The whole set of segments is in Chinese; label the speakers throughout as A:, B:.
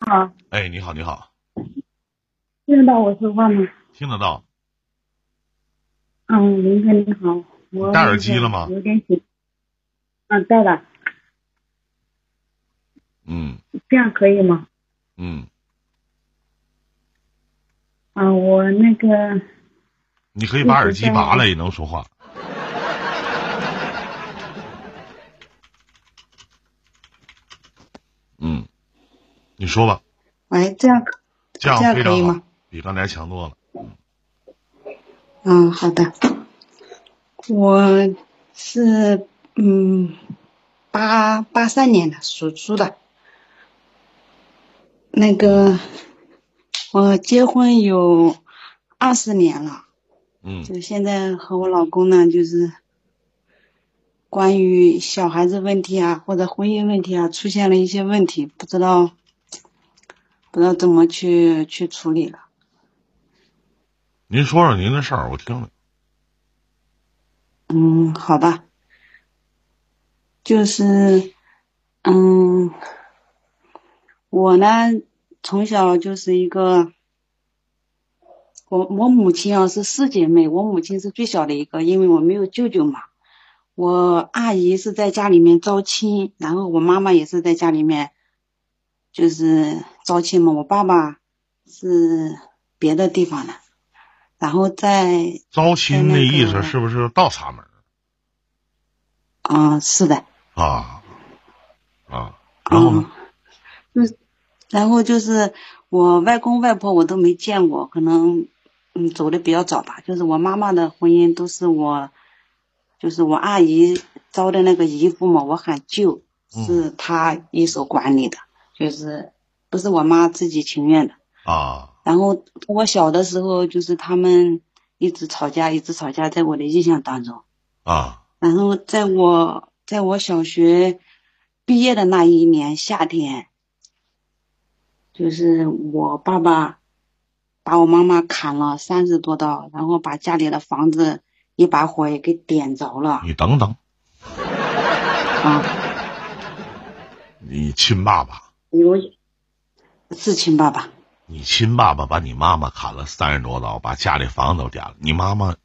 A: 好，
B: 哎，你好，你好，
A: 听得到我说话吗？
B: 听得到？
A: 嗯，林哥你好，我
B: 戴耳机了吗
A: 有点紧。嗯，戴了，
B: 嗯
A: 这样可以吗？
B: 嗯，
A: 啊，我那个
B: 你可以把耳机拔了，也能说话。嗯，你说吧，
A: 哎
C: 喂，这样可
B: 这样
C: 这样
B: 非
C: 可以
B: 常好
C: 吗，
B: 比刚才强多了。
C: 嗯，好的，我是嗯八八三年的属猪的，那个我结婚有二十年了，
B: 嗯
C: 就现在和我老公呢，就是关于小孩子问题啊，或者婚姻问题啊，出现了一些问题，不知道不知道怎么去去处理了。
B: 您说说您的事儿，我听听。
C: 嗯，好吧，就是，嗯，我呢，从小就是一个，我我母亲啊是四姐妹，我母亲是最小的一个，因为我没有舅舅嘛。我阿姨是在家里面招亲，然后我妈妈也是在家里面，就是招亲嘛。我爸爸是别的地方的，然后在
B: 招亲
C: 在
B: 那
C: 那个
B: 意思是不是倒插门
C: 啊、是的。
B: 啊？啊，然后呢？
C: 嗯，嗯哦然后就是我外公外婆我都没见过，可能嗯走的比较早吧。就是我妈妈的婚姻都是我，就是我阿姨招的那个姨父嘛，我喊舅，
B: 嗯
C: 是她一手管理的，就是不是我妈自己情愿的。
B: 啊，
C: 然后我小的时候就是他们一直吵架，一直吵架，在我的印象当中。
B: 啊
C: 然后在我在我小学毕业的那一年夏天，就是我爸爸把我妈妈砍了三十多刀，然后把家里的房子一把火也给点着了
B: 你等等，
C: 啊！
B: 你亲爸爸，
C: 有是亲爸爸，
B: 你亲爸爸把你妈妈砍了三十多刀，把家里房子都点了，你妈妈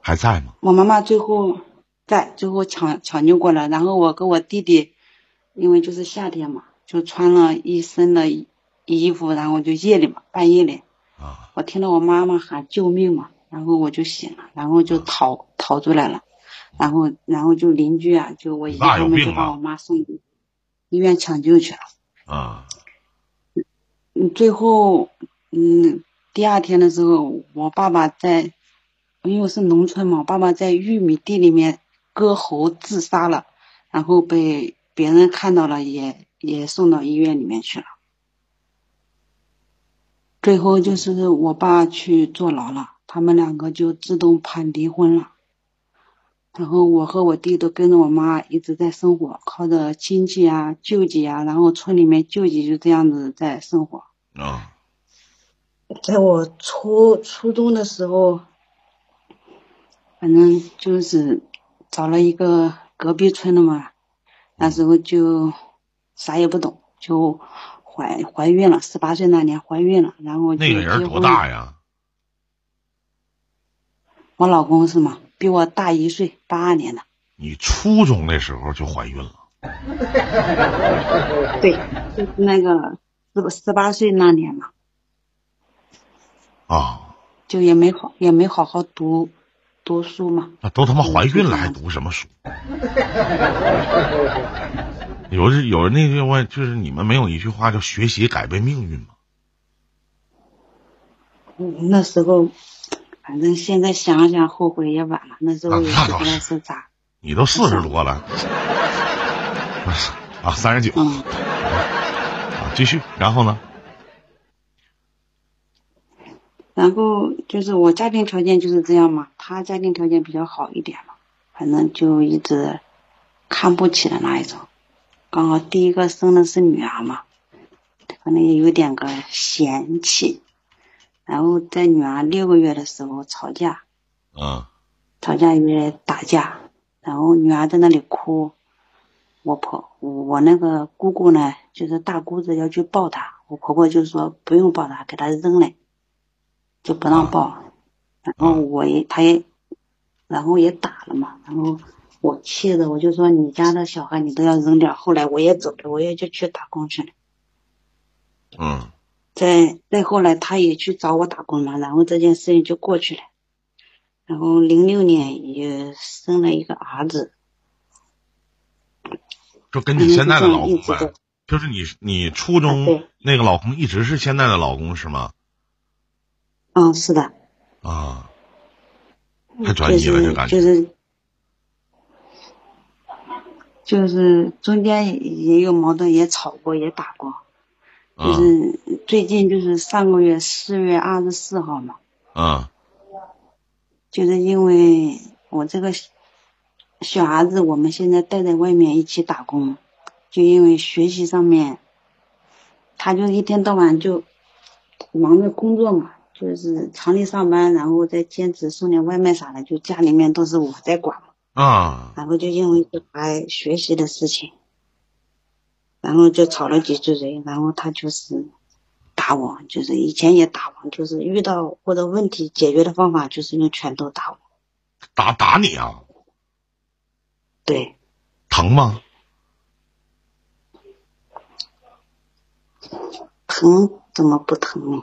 B: 还在吗？
C: 我妈妈最后在最后抢抢救过来，然后我跟我弟弟，因为就是夏天嘛，就穿了一身的衣衣服，然后就夜里嘛，半夜里。
B: 啊，
C: 我听到我妈妈喊救命嘛，然后我就醒了，然后
B: 嗯
C: 就逃逃出来了，然后然后就邻居啊，就我
B: 你
C: 姨
B: 爸
C: 他
B: 有
C: 们就
B: 病啊
C: 把
B: 吧
C: 我妈送医院抢救去了。
B: 啊，
C: 嗯，最后嗯，第二天的时候，我爸爸在，因为我是农村嘛，我爸爸在玉米地里面割喉自杀了，然后被别人看到了也，也送到医院里面去了。最后就是我爸去坐牢了，他们两个就自动判离婚了。然后我和我弟都跟着我妈一直在生活，靠着亲戚啊、舅舅啊，然后村里面舅舅就这样子在生活。
B: 啊，
C: 在我初初中的时候，反正就是找了一个隔壁村的嘛，那时候就啥也不懂，就怀怀孕了，十八岁那年怀孕了，然后就
B: 那个人
C: 结
B: 多
C: 婚
B: 大？呀？
C: 我老公是吗？比我大一岁，八二年的。
B: 你初中那时候就怀孕了
C: 对，就是那个十十八岁那年嘛，
B: 啊？
C: 就也没好也没好好读读书嘛。
B: 那都他妈怀孕了还读什么书？ 有人有人那句话就是你们没有一句话叫学习改变命运吗？
C: 嗯，那时候，反正现在想想后悔也晚了。那时候也
B: 啊那
C: 不
B: 倒
C: 知道
B: 是
C: 是咋，
B: 你都四十多了， 啊，三十九
C: 嗯，
B: 啊，继续，然后呢？
C: 然后就是我家庭条件就是这样嘛，他家庭条件比较好一点嘛，反正就一直看不起的那一种。刚好第一个生的是女儿嘛，可能也有点个嫌弃。然后在女儿六个月的时候吵架，
B: 嗯
C: 吵架也打架，然后女儿在那里哭，我婆我那个姑姑呢，就是大姑子要去抱她，我婆婆就说不用抱她，给她扔了，就不让抱。然后我也她也，然后也打了嘛。然后我气的我就说你家的小孩你都要扔掉。后来我也走了，我也就去打工去了。
B: 嗯
C: 再再后来，他也去找我打工嘛，然后这件事情就过去了。然后零六年也生了一个儿子，
B: 就跟你现在的老
C: 一
B: 公
C: 直
B: 呗
C: 都，
B: 就是你你初
C: 啊
B: 中
C: 嗯对
B: 那个老公一直是现在的老公是吗？
C: 嗯，是的，
B: 啊，太专
C: 就
B: 一了，这
C: 是
B: 感
C: 嗯就
B: 觉。
C: 是就是中间也也有矛盾，也吵过，也打过。就
B: 嗯
C: 是最近就是上个月四月二十四号嘛，
B: 嗯
C: 就是因为我这个小小儿子，我们现在带在外面一起打工，就因为学习上面，他就一天到晚就忙着工作嘛，就是厂里上班，然后再兼职送点外卖啥的，就家里面都是我在管嘛。
B: 啊
C: 然后就因为小孩学习的事情，然后就吵了几句嘴，然后他就是打我，就是以前也打我，就是遇到或者问题解决的方法就是用拳头打我。
B: 打打你啊，
C: 对，
B: 疼吗？
C: 疼怎么不疼呢？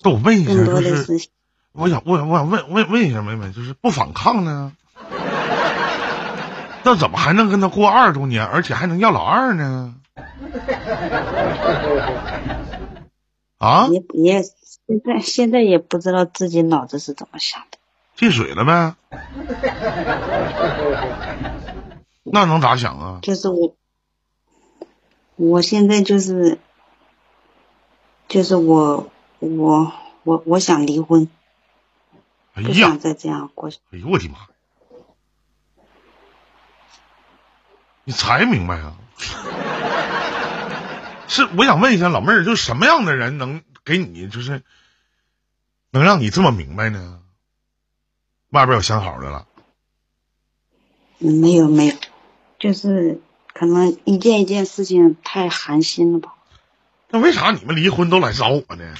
B: 那我问一下，
C: 更多
B: 就
C: 的
B: 是
C: 是
B: 我想我想我想问问问一下妹妹，就是不反抗 呢？那怎么还能跟他过二十多年，而且还能要老二 呢？啊，
C: 也也现在现在也不知道自己脑子是怎么想的。
B: 进水了呗？那能咋想啊？
C: 就是我，我现在就是，就是我我我我想离婚，
B: 哎
C: 不
B: 呀
C: 想，再这样过去。
B: 哎呦我的妈呀！你才明白啊？是我想问一下老妹儿，就是什么样的人能给你就是能让你这么明白呢？外边有相好的了，
C: 嗯没有没有，就是可能一件一件事情太寒心了吧。
B: 那为啥你们离婚都来找我呢？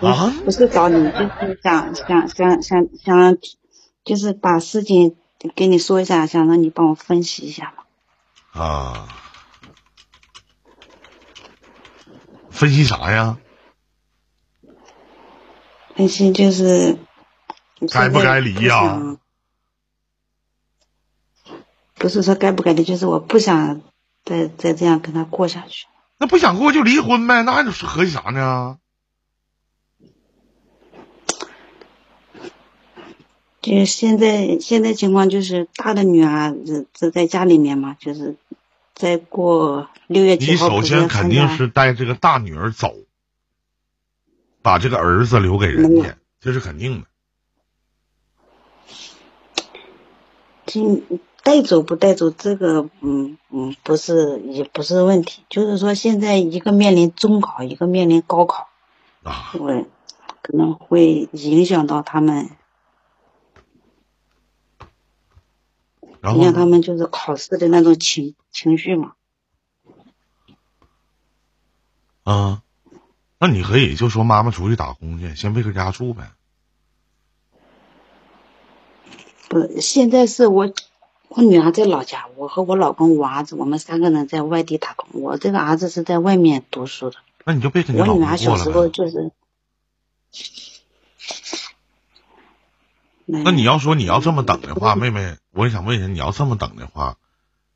B: 啊？
C: 不是找你，就是想想想想想，就是把事情给你说一下，想让你帮我分析一下嘛。
B: 啊，分析啥呀？
C: 分析就是
B: 该不该离啊呀
C: 现在不想不是说该不该离，就是我不想再再这样跟他过下去。
B: 那不想过就离婚呗，那还是合计啥呢？
C: 就是现在现在情况就是大的女儿这这在家里面嘛，就是再过六月
B: 你
C: 九号
B: 首
C: 不是要
B: 先肯
C: 参
B: 定
C: 加
B: 是带这个大女儿走，把这个儿子留给人
C: 没
B: 家
C: 有，
B: 这是肯定的。
C: 嗯，带走不带走这个，嗯嗯，不是也不是问题，就是说现在一个面临中考，一个面临高考，
B: 啊，
C: 我可能会影响到他们，
B: 然
C: 影响他
B: 后
C: 们就是考试的那种情情绪嘛。
B: 啊，那你可以就说妈妈出去打工去，先别搁家住呗。
C: 不是，现在是我我女儿在老家，我和我老公、我儿子，我们三个人在外地打工，我这个儿子是在外面读书的。
B: 那你就别跟你
C: 我
B: 老
C: 女
B: 公
C: 儿小
B: 过
C: 时候
B: 了呗。
C: 就是，那哎
B: 那你要说你要这么等的话，妹妹，我也想问一下，你要这么等的话，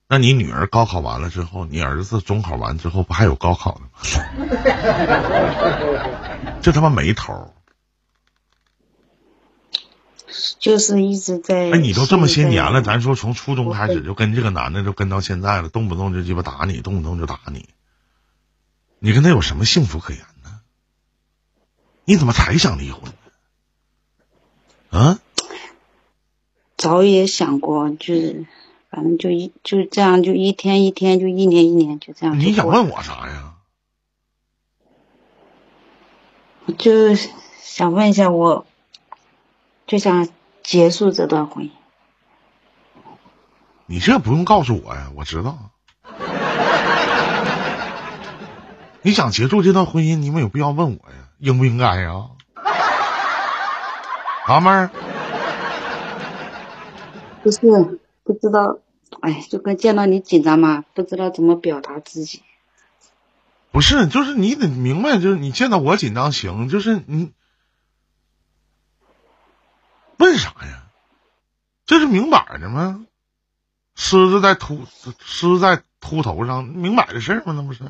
B: 那你女儿高考完了之后，你儿子中考完之后，不还有高考呢吗？这他妈没头儿！
C: 就是一直在。
B: 哎，你都这么些年了，
C: 在
B: 咱说从初中
C: 我
B: 开始就跟这个男的就跟到现在了，动不动就鸡巴打你，动不动就打你，你跟他有什么幸福可言呢？你怎么才想离婚呢？啊，
C: 早也想过，就是反正就一就这样，就一天一天，就一年一年，就这样。
B: 你想？问我啥呀？
C: 就想问一下我，就想结束这段婚姻。
B: 你这不用告诉我呀，我知道。你想结束这段婚姻，你们有必要问我呀，应不应该呀？啊，妹儿，
C: 不是不知道，哎，就跟见到你紧张嘛，不知道怎么表达自己。
B: 不是，就是你得明白，就是你见到我紧张行，就是你问啥呀？这是明摆着吗？狮子在秃，狮子在秃头上，明摆的事儿吗？那不是？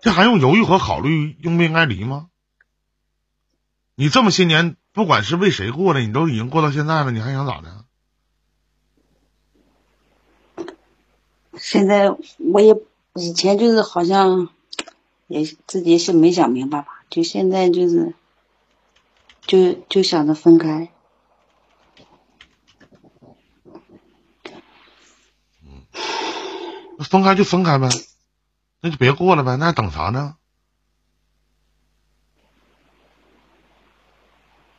B: 这还用犹豫和考虑应不应该离吗？你这么些年，不管是为谁过的，你都已经过到现在了，你还想咋的？
C: 现在我也以前就是好像也自己是没想明白吧，就现在就是就就想着分开。
B: 那分开就分开呗，那就别过了呗，那还等啥呢？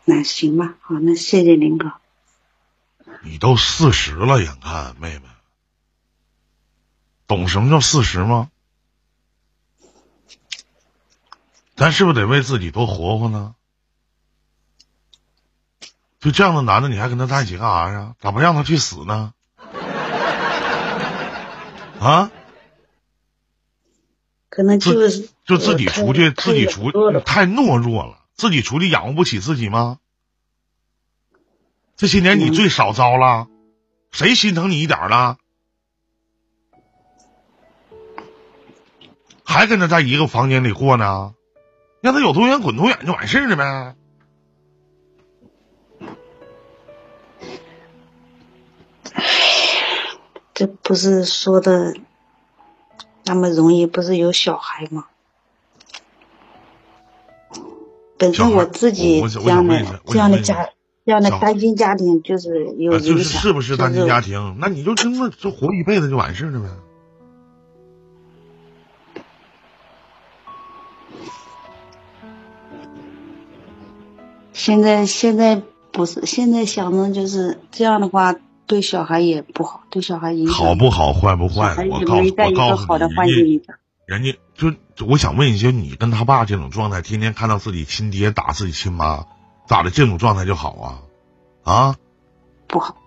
C: 那行吧，好，那谢谢林哥。
B: 你都四十了，眼看妹妹，懂什么叫四十吗？咱是不是得为自己多活活呢？就这样的男的，你还跟他在一起干啥呀？咋不让他去死呢？啊，
C: 可能就是
B: 就自
C: 呃
B: 己出去，自己出
A: 去
B: 太懦弱了，自己出去养活不起自己吗？这些年
C: 嗯
B: 你最少遭了，谁心疼你一点儿了？还跟他在一个房间里过呢？让他有头远滚头远就完事儿了呗。
C: 这不是说的那么容易，不是有小孩吗？本
B: 小
C: 身
B: 孩
C: 我自己
B: 我我
C: 这
B: 想
C: 样
B: 问一下
C: 的
B: 我
C: 这样
B: 想
C: 的
B: 问一
C: 家这样的
B: 小孩
C: 单亲家庭就是有
B: 呃就
C: 影
B: 是
C: 响，
B: 是不是单亲
C: 就
B: 家庭？那你就这么就活一辈子就完事儿了呗。
C: 现在现在不是现在想着就是这样的话，对小孩也不好，对小孩影响
B: 好不好，坏不
C: 小
B: 坏
C: 孩？
B: 我
C: 也
B: 告
C: 没
B: 诉
C: 在
B: 我
C: 一
B: 告
C: 个
B: 诉
C: 好的
B: 你，
C: 环境里长。
B: 人家就就我想问一下，你跟他爸这种状态，天天看到自己亲爹打自己亲妈，咋的？这种状态就好啊？啊，
C: 不好，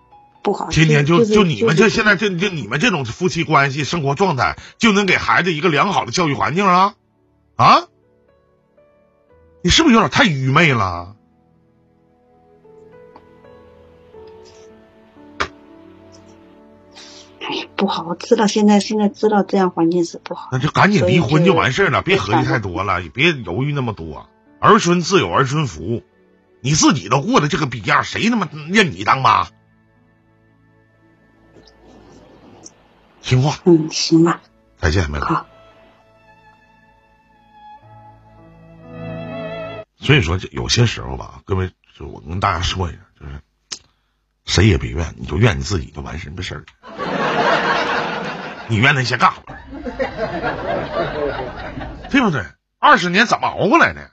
C: 不好。
B: 天天
C: 就
B: 就
C: 就
B: 你们这现在这就你们这种夫妻关系、生活状态，就能给孩子一个良好的教育环境啊？啊？你是不是有点太愚昧了？
C: 哎不好，我知道现在现在知道这样环境是不好。
B: 那就赶紧离婚就完事儿了，
C: 所以
B: 别
C: 就
B: 合计太多了，也别犹豫那么多。儿孙自有儿孙福，你自己都过得这个逼样，谁他妈认你当妈？听话，
C: 嗯，行吧，
B: 再见，妹妹。
C: 好，
B: 所以说，这有些时候吧，各位，就我跟大家说一下，就是谁也别怨，你就怨你自己就完事儿没事儿。你怨那些干活儿，对不对？二十年怎么熬过来的？